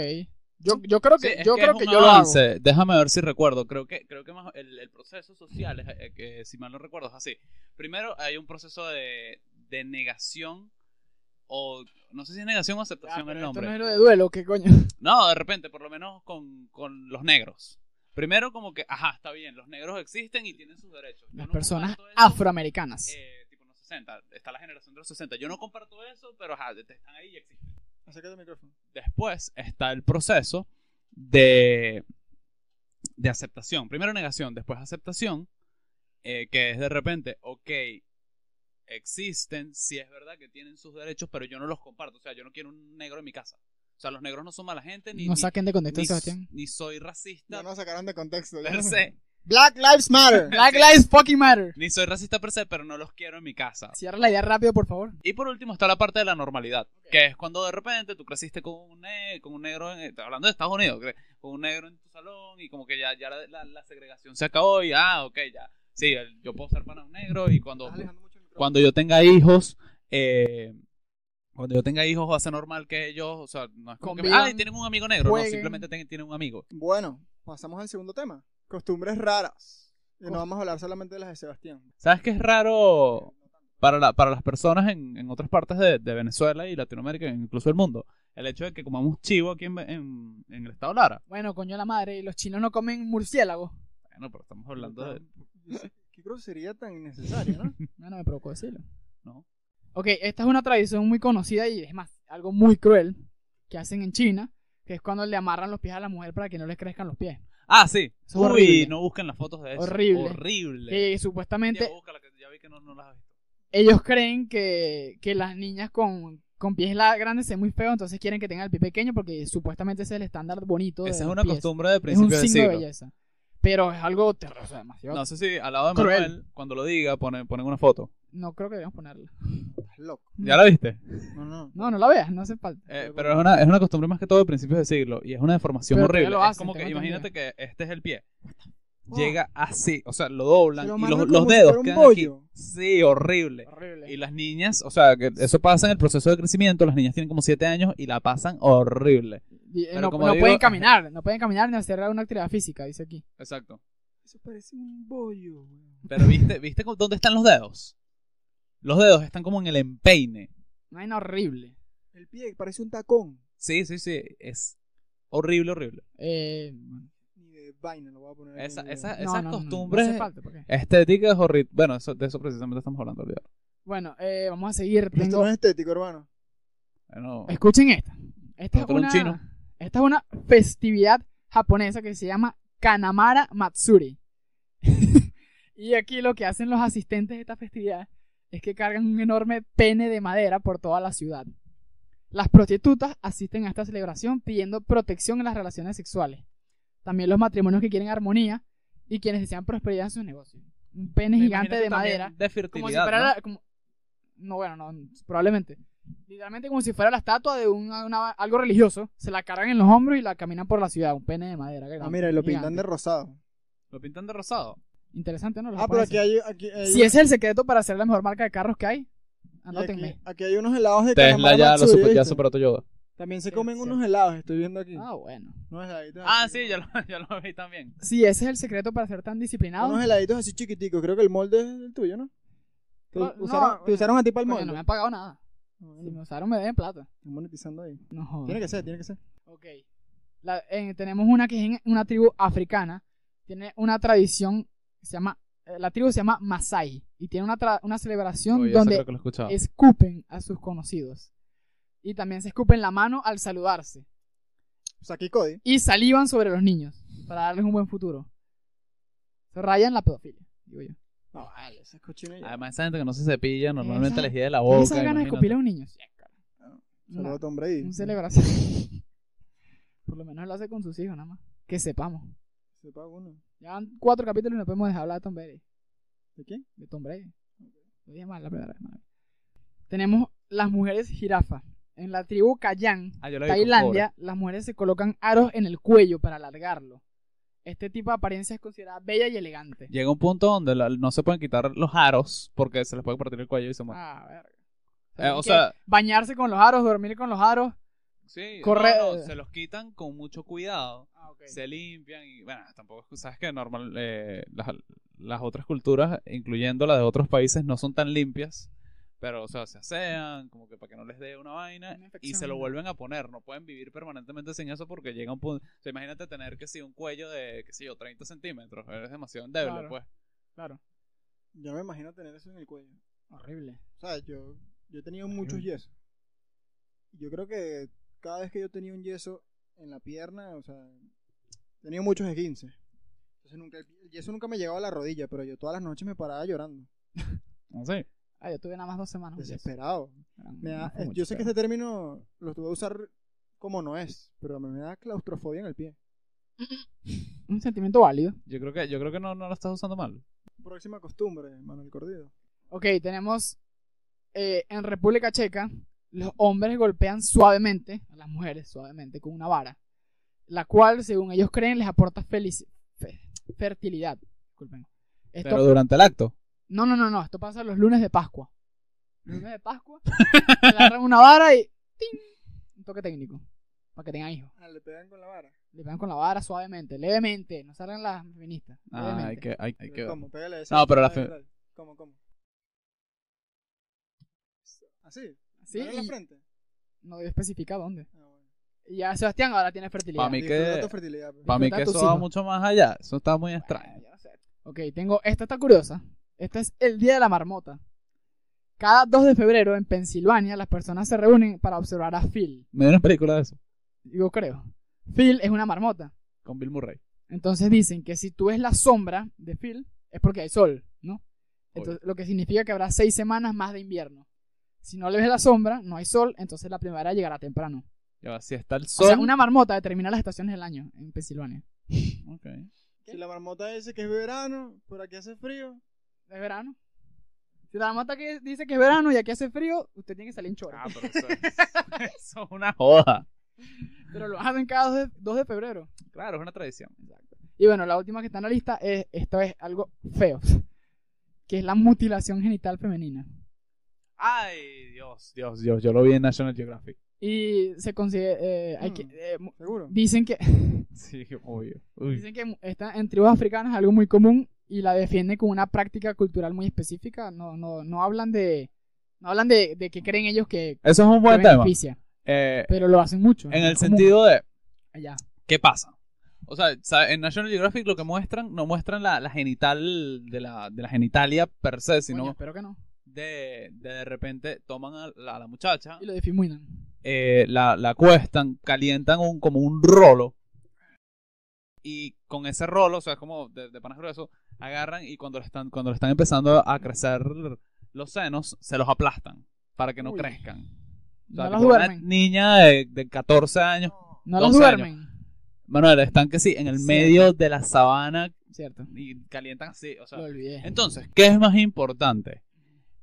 B: Yo, yo creo
C: Sí,
B: que,
C: es
B: yo,
C: que
B: creo
C: es
B: que
C: un
B: yo lo hago.
C: avance. Déjame ver si recuerdo. Creo que, creo que más el, el proceso social, es, eh, que, si mal no recuerdo, es así. Primero hay un proceso de, de negación o... No sé si es negación o
B: Ah,
C: aceptación el
B: pero esto
C: nombre.
B: no es lo de duelo, ¿qué coño?
C: No, de repente, por lo menos con, con los negros. Primero como que, ajá, está bien, los negros existen y tienen sus derechos. Yo
B: Las
C: no
B: personas
C: comparto eso,
B: afroamericanas.
C: eh, tipo en los 60, está la generación de los 60. Yo no comparto eso, pero ajá, te- están ahí y existen.
A: Acércate al micrófono.
C: Después está el proceso de, de aceptación. Primero negación, después aceptación, eh, que es de repente, ok, existen, sí es verdad que tienen sus derechos, pero yo no los comparto. O sea, yo no quiero un negro en mi casa. O sea, los negros no son mala gente, ni,
B: no
C: ni-
B: saquen de contexto,
C: ni,
B: Sebastián.
C: ni soy
A: Ya
C: racista
A: nos sacaron de contexto. ya
C: per
A: nos-
C: se.
A: Black Lives Matter.
B: Black Lives fucking matter.
C: Ni soy racista per se, pero no los quiero en mi casa.
B: Cierra la idea rápido, por favor.
C: Y por último está la parte de la normalidad, que es cuando de repente tú creciste con un, ne- con un negro, en, estoy hablando de Estados Unidos, cre- con un negro en tu salón y como que ya, ya la, la- la segregación se acabó y ah, ok, ya. Sí, el- yo puedo ser pana de un negro y cuando,
A: Estás alejando mucho el micrófono.
C: cuando yo tenga hijos, eh, cuando yo tenga hijos va a ser normal que ellos, o sea, no es como que,
B: Convivan,
C: ay, tienen un amigo negro, no,
B: jueguen.
C: simplemente ten- tienen un amigo.
A: Bueno, pasamos al segundo tema. Costumbres raras. Y no vamos a hablar solamente de las de Sebastián.
C: ¿Sabes qué es raro para, la- para las personas en, en otras partes de, de Venezuela y Latinoamérica, e incluso el mundo? El hecho de que comamos chivo aquí en, en- en el estado Lara.
B: Bueno, coño la madre, y los chinos no comen murciélago.
C: Bueno, pero estamos hablando de...
A: Qué grosería tan innecesaria, ¿no?
B: No, no me provocó decirlo.
C: No.
B: Ok, esta es una tradición muy conocida y es más, algo muy cruel que hacen en China, que es cuando le amarran los pies a la mujer para que no les crezcan los pies.
C: Ah, sí.
B: Es
C: Uy,
B: horrible.
C: no busquen las fotos de eso.
B: Horrible.
C: Horrible.
B: Que Eh, supuestamente
C: Ya, búscala, que ya vi que no, no las has visto.
B: ellos creen que, que las niñas con, con pies la- grandes se ven muy feos, entonces quieren que tengan el pie pequeño porque supuestamente ese es el estándar bonito. de
C: Esa es
B: los
C: una
B: pies.
C: costumbre de
B: Es un
C: principio de
B: signo de
C: siglo.
B: belleza. Pero es algo terroso, demasiado. No,
C: No sé si al lado de
B: Cruel.
C: Manuel, cuando lo diga, ponen, ponen una foto.
B: creo que debamos ponerla.
A: Estás loco.
C: ¿Ya
B: Mm.
C: la viste?
A: No, no.
B: No, no la veas, no hace falta.
C: Eh, pero es una, es una costumbre más que todo de principios de siglo y es una deformación
B: Pero
C: horrible.
B: todavía lo
C: Es
B: hacen,
C: como que
B: tengo
C: imagínate que este es el pie.
A: Oh.
C: Llega así, o sea, lo doblan
A: Se lo
C: y
A: amarran
C: los, los
A: como si
C: dedos
A: fuera un
C: quedan aquí.
A: bollo.
C: Sí, horrible.
B: Horrible.
C: Y las niñas, o sea, que eso pasa en el proceso de crecimiento, las niñas tienen como 7 años y la pasan horrible.
B: Y, eh,
C: Pero
B: no
C: como
B: no
C: digo-
B: pueden caminar, no pueden caminar ni hacer una actividad física, dice aquí.
C: Exacto.
A: Eso parece un bollo, güey.
C: Pero viste, ¿viste cómo- dónde están los dedos? Los dedos están como en el empeine.
B: Una vaina horrible.
A: El pie parece un tacón.
C: Sí, sí, sí, es horrible, horrible.
B: Eh,
A: Ni de vaina lo voy a poner. aquí en
C: Esa-
A: el video.
C: esa-
B: no,
C: esas
B: no, no,
C: costumbres
B: no hace falta, ¿por qué?
C: estéticas horribles. Bueno, eso- de eso precisamente estamos hablando. olvidar.
B: Bueno, eh, vamos a seguir.
A: Pero esto
B: Tengo-
A: no es estético, hermano.
C: Bueno,
B: Escuchen esta. Esta es,
C: Otro un
B: una,
C: chino.
B: esta es una festividad japonesa que se llama Kanamara Matsuri. y aquí lo que hacen los asistentes de esta festividad es que cargan un enorme pene de madera por toda la ciudad. Las prostitutas asisten a esta celebración pidiendo protección en las relaciones sexuales. También los matrimonios que quieren armonía y quienes desean prosperidad en sus negocios. Un pene
C: me
B: gigante
C: imagino que
B: de
C: también
B: madera.
C: De
B: Como si
C: fertilidad.
B: fuera
C: ¿no?
B: la- como- no, bueno, no, probablemente. Literalmente como si fuera la estatua de un- una- algo religioso. Se la cargan en los hombros y la caminan por la ciudad. Un pene de madera.
A: Ah, mira, y lo pintan de rosado.
C: Lo pintan de rosado.
B: Interesante, ¿no? Los
A: Ah, pero
B: japoneses.
A: aquí hay. Aquí hay
B: Si ese es el secreto para ser la mejor marca de carros que hay,
A: y
B: anótenme.
A: aquí, aquí hay unos helados de
C: Tesla
A: Kanamara
C: ya, lo
A: Matsuri,
C: super- ya
A: ¿viste?
C: superó Toyota.
A: También se
B: Sí,
A: comen
B: sí.
A: unos helados, estoy viendo aquí.
B: Ah, bueno.
A: Unos heladitos.
C: Ah,
A: así.
C: sí, ya lo, ya lo vi también.
B: Si ese es el secreto para ser tan disciplinado,
A: Unos heladitos así chiquiticos. Creo que el molde es el tuyo, ¿no? Te,
B: No,
A: usaron,
B: no,
A: te usaron a ti para el
B: coño,
A: molde.
B: no me han pagado
A: Ah,
B: nada. Si me
A: bueno,
B: usaron, me deben plata.
A: están monetizando ahí.
B: No jodas.
A: Tiene que ser, tiene que ser.
B: Ok. La- eh, tenemos una que es en una tribu africana. Tiene una tradición, que se llama, eh, la tribu se llama Masai. Y tiene una, tra- una celebración
C: Oye, eso
B: donde
C: creo que lo escuchaba.
B: escupen a sus conocidos. Y también se escupen la mano al saludarse.
A: O sea, Pues aquí Cody.
B: Y salivan sobre los niños para darles un buen futuro. Se rayan la pedofilia, digo yo.
A: No, vale, esa es cochina. ya.
C: Además, esa gente que no se cepilla normalmente
B: Esa-
C: les llega de la boca.
B: ¿Tienes esas ganas de
C: imagínate.
B: escupirle a un niño? Sí, cara.
A: Saludos a
B: Una-
A: Tom Brady.
B: un celebración. Por lo menos lo hace con sus hijos, nada más. Que sepamos.
A: Se paga uno.
B: Ya van cuatro capítulos y no podemos dejar hablar de Tom Brady.
A: ¿De quién?
B: De Tom Brady. Lo dije mal la primera vez. madre. Tenemos las mujeres jirafa. En la tribu Kayan,
C: Ah, yo la vi con
B: Tailandia, las mujeres se colocan aros en el cuello para alargarlo. Este tipo de apariencia es considerada bella y elegante.
C: cobre. Llega un punto donde la- no se pueden quitar los aros porque se les puede partir el cuello y se mueren.
B: Ah, verga.
C: Eh, o
B: Tienen que
C: sea,
B: bañarse con los aros, dormir con los aros.
C: sí,
B: corre-
C: no, no, se los quitan con mucho cuidado.
B: Ah, ok.
C: Se limpian y, bueno, tampoco es- sabes que normal, eh, las, las otras culturas, incluyendo las de otros países, no son tan limpias. Pero, o sea, se asean, como que para que no les dé una vaina.
B: Una
C: y
B: infección,
C: se lo
B: ¿no?
C: vuelven a poner. No pueden vivir permanentemente sin eso porque llega un punto. O sea, imagínate tener que si un cuello de, qué sé yo, 30 centímetros. Eres demasiado endeble,
B: Claro.
C: pues.
B: Claro.
A: Yo me imagino tener eso en el cuello.
B: Horrible.
A: O sea, yo, yo he tenido muchos
C: Horrible.
A: yesos. Yo creo que cada vez que yo tenía un yeso en la pierna, o sea, he tenido muchos esguinces. Entonces nunca, el yeso nunca me llegaba a la rodilla, pero yo todas las noches me paraba llorando.
C: No sé.
B: Ah, yo tuve nada más dos semanas. Yes.
A: Desesperado.
B: Eran-
A: Me da-
B: no fue mucho,
A: yo sé que
B: pero-
A: este término lo tuve a usar como no es, pero me, me da claustrofobia en el pie.
B: un sentimiento válido.
D: Yo creo que, yo creo que no, no lo estás usando mal.
A: Próxima costumbre, Manuel Cordido.
B: Ok, tenemos eh, en República Checa, los hombres golpean suavemente a las mujeres, suavemente, con una vara, la cual, según ellos creen, les aporta felici- fe- fertilidad. Disculpen. Esto-
C: Pero durante el acto.
B: no, no, no, no, esto pasa los lunes de Pascua. Los lunes de Pascua, agarran una vara y ¡ting! un toque técnico, para que tengan hijos.
A: Ah, le pegan con la vara.
B: Le pegan con la vara suavemente, levemente, no salgan las feministas.
C: Ah, hay
B: levemente.
C: que, hay, hay que ver.
A: ¿Cómo? Pégale eso.
C: No, pero la fe-
A: Pégale, pégale. ¿Cómo, cómo? ¿Así?
B: Sí,
A: ¿Pégale en la
B: y
A: frente?
B: no especifica dónde.
A: Ah, bueno.
B: Y ya Sebastián ahora tiene fertilidad.
C: Pa' mí que-
A: Disfruta tu fertilidad. pues.
C: Para mí
B: Disfrutar
C: que
B: tus
C: eso va
B: hijos.
C: mucho más allá. Eso está muy extraño.
B: Bueno, yo no sé. Ok, tengo. Esta está curiosa. Esta es el Día de la Marmota. Cada 2 de febrero en Pensilvania las personas se reúnen para observar a Phil.
C: Me dio una película de eso.
B: Yo creo. Phil es una marmota.
C: Con Bill Murray.
B: Entonces dicen que si tú ves la sombra de Phil es porque hay sol, ¿no? Entonces, lo que significa que habrá 6 semanas más de invierno. Si no le ves la sombra, no hay sol, entonces la primavera llegará temprano.
C: Ya va, si está el
B: O
C: sol.
B: sea, una marmota determina las estaciones del año en Pensilvania.
C: Ok.
A: Si la marmota dice que es verano, por aquí hace frío.
B: Es verano. Si la marmota que dice que es verano y aquí hace frío, usted tiene que salir en chorro.
D: Ah, pero eso es, eso es una joda.
B: Pero lo hacen cada 2 de, dos de febrero.
D: Claro, es una tradición.
B: Y bueno, la última que está en la lista es, esto es algo feo, que es la mutilación genital femenina.
D: Ay, Dios, Dios.
C: Dios, yo, yo lo vi en National Geographic.
B: Y se consigue, eh, hay que-
A: Mm.
B: eh, mu-
A: ¿Seguro?
B: dicen que,
C: Sí, obvio. Uy.
B: dicen que mu- está en tribus africanas algo muy común y la defienden con una práctica cultural muy específica. No, no, no hablan de, no hablan de, de que creen ellos que,
C: Eso es un
B: que
C: buen tema.
B: beneficia,
C: Eh,
B: pero lo hacen mucho.
C: en
B: es
C: el
B: común
C: sentido de,
B: allá.
C: ¿qué pasa? O sea, ¿sabe? en National Geographic lo que muestran, no muestran la, la genital de la, de la genitalia per se,
B: Coño,
C: sino
B: espero que no.
C: de de, de repente toman a la, a la muchacha,
B: Y lo difuminan.
C: eh, la, la cuestan, calientan un, como un rolo. Y con ese rolo, o sea, es como de, de panas grueso, agarran y cuando le están, cuando le están empezando a crecer los senos, se los aplastan para que no
B: Uy.
C: crezcan. O sea,
B: No
C: tipo,
B: los
C: una
B: duermen.
C: niña de, de 14 años.
A: No.
B: No los
C: 12 años.
B: duermen.
C: Manuel, están que sí, en el
B: Sí.
C: medio de la sabana
B: Cierto.
C: y calientan así. O sea,
B: Lo olvidé.
C: entonces, ¿qué es más importante?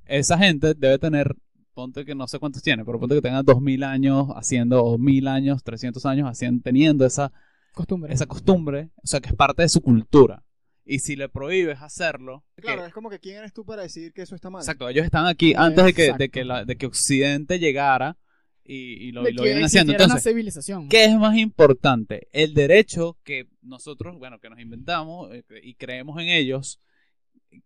C: Esa gente debe tener, ponte que no sé cuántos tiene, pero ponte que tenga 2000 años haciendo, o 1000 años, 300 años haciendo, teniendo esa,
B: Costumbre.
C: esa costumbre, o sea, que es parte de su cultura. Y si le prohíbes hacerlo, que-
A: Claro, es como que quién eres tú para decidir que eso está mal.
C: exacto, ellos están aquí antes de que, de
B: Exacto.
C: que, la- de que Occidente llegara y, y lo,
B: De
C: y lo
B: que
C: vienen haciendo.
B: existiera
C: Entonces,
B: una civilización.
C: ¿Qué es más importante? El derecho que nosotros, bueno, que nos inventamos eh, y creemos en ellos,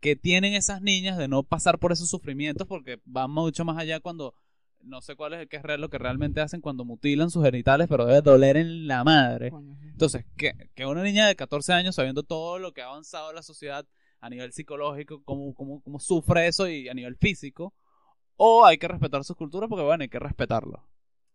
C: que tienen esas niñas de no pasar por esos sufrimientos porque van mucho más allá cuando, no sé cuál es el que es real, lo que realmente hacen cuando mutilan sus genitales, pero debe doler en la madre.
B: Coño, sí.
C: Entonces, que, que una niña de 14 años, sabiendo todo lo que ha avanzado la sociedad a nivel psicológico, cómo, cómo, cómo sufre eso y a nivel físico, o hay que respetar sus culturas porque, bueno, hay que respetarlo.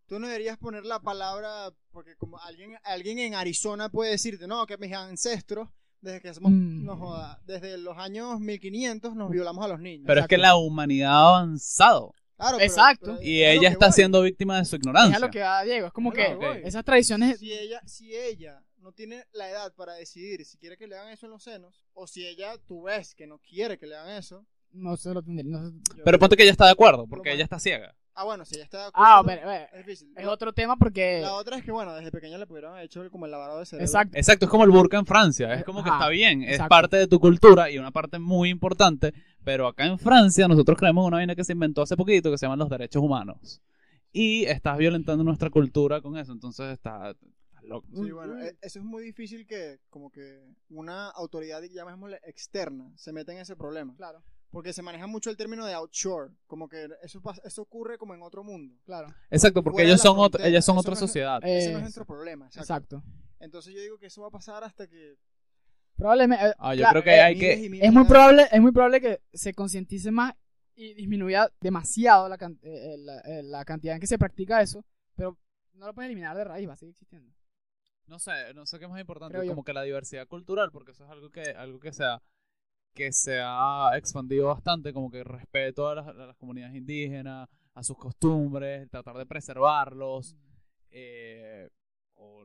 A: Tú no deberías poner la palabra, porque como alguien, alguien en Arizona puede decirte, no, que mis ancestros, desde que somos,
B: Mm.
A: no joda, desde los años 1500 nos violamos a los niños.
C: Pero es que la humanidad ha avanzado.
A: Claro, pero-
B: Exacto.
A: pero
C: Y
A: es a lo
C: ella
A: que
C: está
A: voy.
C: siendo víctima de
B: Es
C: su
B: a
C: ignorancia.
B: lo que va Diego. Es como
A: Es a
B: que
A: lo que voy.
B: esas tradiciones.
A: Si ella, si ella no tiene la edad para decidir si quiere que le hagan eso en los senos, o si ella, tú ves que no quiere que le hagan eso.
B: No se lo tendría. no se-
A: yo-
C: Pero ponte que ella está de acuerdo, porque
A: Lo
C: ella está ciega.
A: Ah, bueno, si ella está de
B: Ah,
A: acuerdo,
B: pero, eh,
A: es difícil.
B: es otro tema porque.
A: La otra es que, bueno, desde pequeña le pudieron haber hecho como el lavado de cerebro.
B: Exacto.
C: Exacto, es como el burka en Francia, es como que
B: Ajá,
C: está bien, es
B: exacto.
C: parte de tu cultura y una parte muy importante, pero acá en Francia nosotros creemos una vaina que se inventó hace poquito que se llaman los derechos humanos. Y estás violentando nuestra cultura con eso, entonces está, está loco.
A: Sí, bueno, e- eso es muy difícil que como que una autoridad, llamémosle externa, se meta en ese problema.
B: Claro,
A: Porque se maneja mucho el término de outshore, como que eso, pas- eso ocurre como en otro mundo.
B: claro.
C: Exacto, porque
A: Fuera
C: ellos
A: de la
C: son ot-
A: frontera,
C: ellas son
A: eso
C: otra
A: no es-
C: sociedad.
B: Eh,
A: Ese no es nuestro problema, exacto.
B: Exacto.
A: Entonces yo digo que eso va a pasar hasta que...
B: Probablemente. eh,
C: Ah, yo
B: claro,
C: creo que
B: eh,
C: hay
A: miles
C: que...
A: y miles
B: Es muy,
A: de-
B: probable, es muy probable que se concientice más y disminuya demasiado la, can- eh, eh, la, eh, la cantidad en que se practica eso, pero no lo puedes eliminar de raíz, va a seguir existiendo.
C: No sé, no sé qué es más importante,
B: Creo yo.
C: como que la diversidad cultural, porque eso es algo que, algo que se ha, que se ha expandido bastante, como que respeto a las, a las comunidades indígenas, a sus costumbres, tratar de preservarlos, eh, o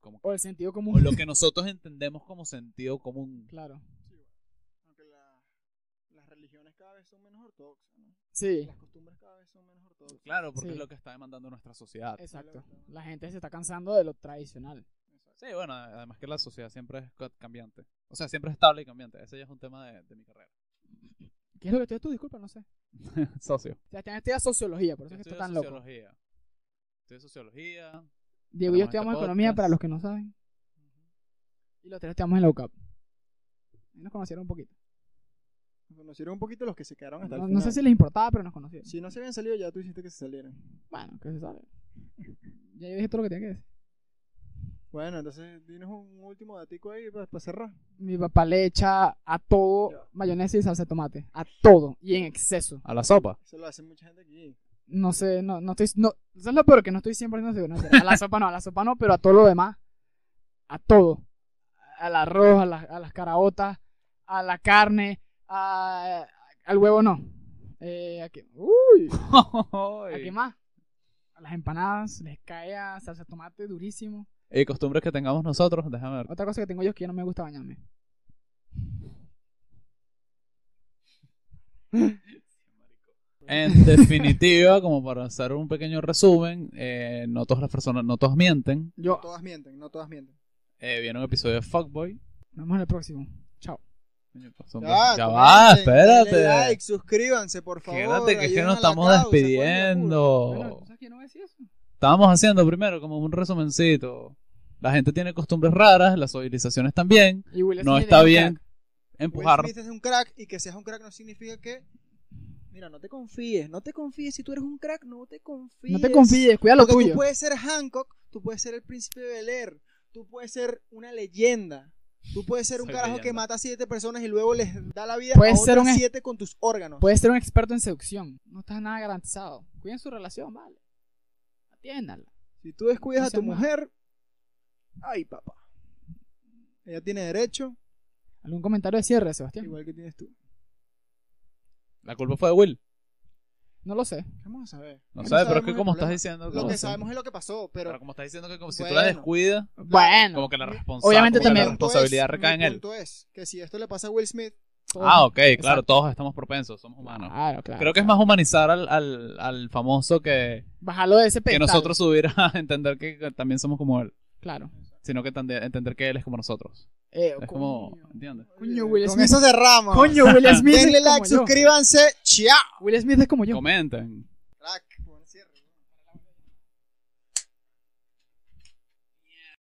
C: como
B: O el sentido común.
C: o lo que nosotros entendemos como sentido común.
B: Claro.
A: Aunque la- las religiones cada vez son menos ortodoxas, ¿no?
B: Sí,
A: Las costumbres cada vez son menos ortodoxas.
C: Claro, porque
B: Sí.
C: es lo que está demandando nuestra sociedad.
B: exacto. La gente se está cansando de lo tradicional.
C: Sí, bueno, además que la sociedad siempre es ca- cambiante. O sea, siempre es estable y cambiante. Ese ya es un tema de, de mi carrera.
B: ¿Qué es lo que estudias tú? Disculpa, no sé.
C: Socio.
B: Sebastián estudia sociología, por eso
C: Yo
B: es que
C: estudio
B: está tan loco.
C: sociología. Estudio sociología.
B: Diego y yo
C: Tenemos este
B: estudiamos economía
C: podcast.
B: para los que no saben. Y los tres estudiamos en la UCAP. Ahí nos conocieron un poquito.
A: Nos conocieron un poquito los que se quedaron hasta
B: No,
A: el
B: no
A: final.
B: sé si les importaba, pero nos conocieron.
A: Si no se habían salido, ya tú hiciste que se salieran.
B: Bueno, que se sabe. Ya yo dije todo lo que tenía que decir.
A: Bueno, entonces dinos un último datico ahí pues, para, cerrar.
B: Mi papá le echa a todo
A: Ya.
B: mayonesa y salsa de tomate. A todo. Y en exceso.
C: A la sopa.
A: Eso lo hace mucha gente aquí.
B: No sé, no, no estoy. No, eso es lo peor, que no estoy 100% seguro. no sé. A la sopa no, a la sopa no, pero a todo lo demás. A todo. Al arroz, a, las- a las caraotas, a la carne, a- al huevo no. Eh, ¿a qué? Uy, ¿A qué más? A las empanadas, les cae a salsa de tomate durísimo.
C: Y costumbres que tengamos nosotros, déjame ver.
B: Otra cosa que tengo yo es que ya no me gusta bañarme.
C: En definitiva, como para hacer un pequeño resumen, eh, no todas las personas, no todas mienten.
B: Yo,
A: No todas mienten, no todas mienten.
C: Eh, viene un episodio de Fuckboy.
B: nos vemos en el próximo. Chao.
C: Coño, pues, son
A: Ah,
C: dos- ya va,
A: comenten,
C: espérate.
A: denle like, suscríbanse, por favor.
C: Quédate que es que
A: ayuden
C: nos
A: a la
C: estamos
A: causa,
B: Bueno,
C: despidiendo.
B: ¿tú sabes que yo no voy a decir eso?
C: Estábamos haciendo primero como un resumencito. La gente tiene costumbres raras, las civilizaciones también.
B: Y Will
C: No
B: Smith
C: está
B: es un
C: bien
B: crack.
A: coño,
C: empujar.
A: Will Smith es un crack y que seas un crack no significa que... Mira, no te confíes, no te confíes. Si tú eres un crack, no te confíes.
B: No te confíes, cuida lo
A: Porque
B: tuyo.
A: tú puedes ser Hancock, tú puedes ser el príncipe de Bel Air, tú puedes ser una leyenda, tú puedes ser un
C: Soy
A: carajo que
C: leyenda.
A: mata a siete personas y luego les da la vida
B: Puedes
A: a
B: ser
A: otras
B: un es-
A: siete con tus órganos.
B: Puedes ser un experto en seducción. No estás nada garantizado. Cuiden su relación, vale. Atiéndanla.
A: Si tú descuidas a
B: Puedes
A: tu
B: ser más.
A: mujer, ay papá, ella tiene derecho,
B: ¿Algún comentario de cierre, Sebastián?
A: igual que tienes tú.
C: La culpa fue de Will.
B: No lo sé.
A: ¿Qué Vamos a ver.
C: No
A: No
C: sabes, pero
A: sabemos
C: es que
A: el
C: como
A: problema.
C: estás diciendo.
A: Lo
C: no
A: que
C: sé.
A: sabemos es lo que pasó,
C: pero,
A: pero
C: como estás diciendo que como si tú la
A: Bueno.
C: descuidas,
B: Bueno.
C: como que la, responsa-
B: Obviamente
C: como que la
B: también-
C: responsabilidad
A: es,
C: recae en
A: mi
C: él.
A: punto es que si esto le pasa a Will Smith,
C: Ah, ok, claro,
B: Exacto.
C: todos estamos propensos, somos humanos.
B: Claro, claro.
C: Creo que es más humanizar al, al, al famoso que,
B: Bajarlo de ese
C: que
B: pedestal.
C: nosotros subir a entender que también somos como él,
B: Claro.
C: sino que tande- entender que él es como nosotros.
B: Eh,
C: Es
B: coño.
C: como, ¿entiendes?
B: Coño, Will
A: con
B: Smith.
A: eso cerramos.
B: Coño, Will Smith.
A: Denle
B: es como
A: like,
B: yo.
A: suscríbanse, chao.
B: Will Smith es como yo.
C: Comenten.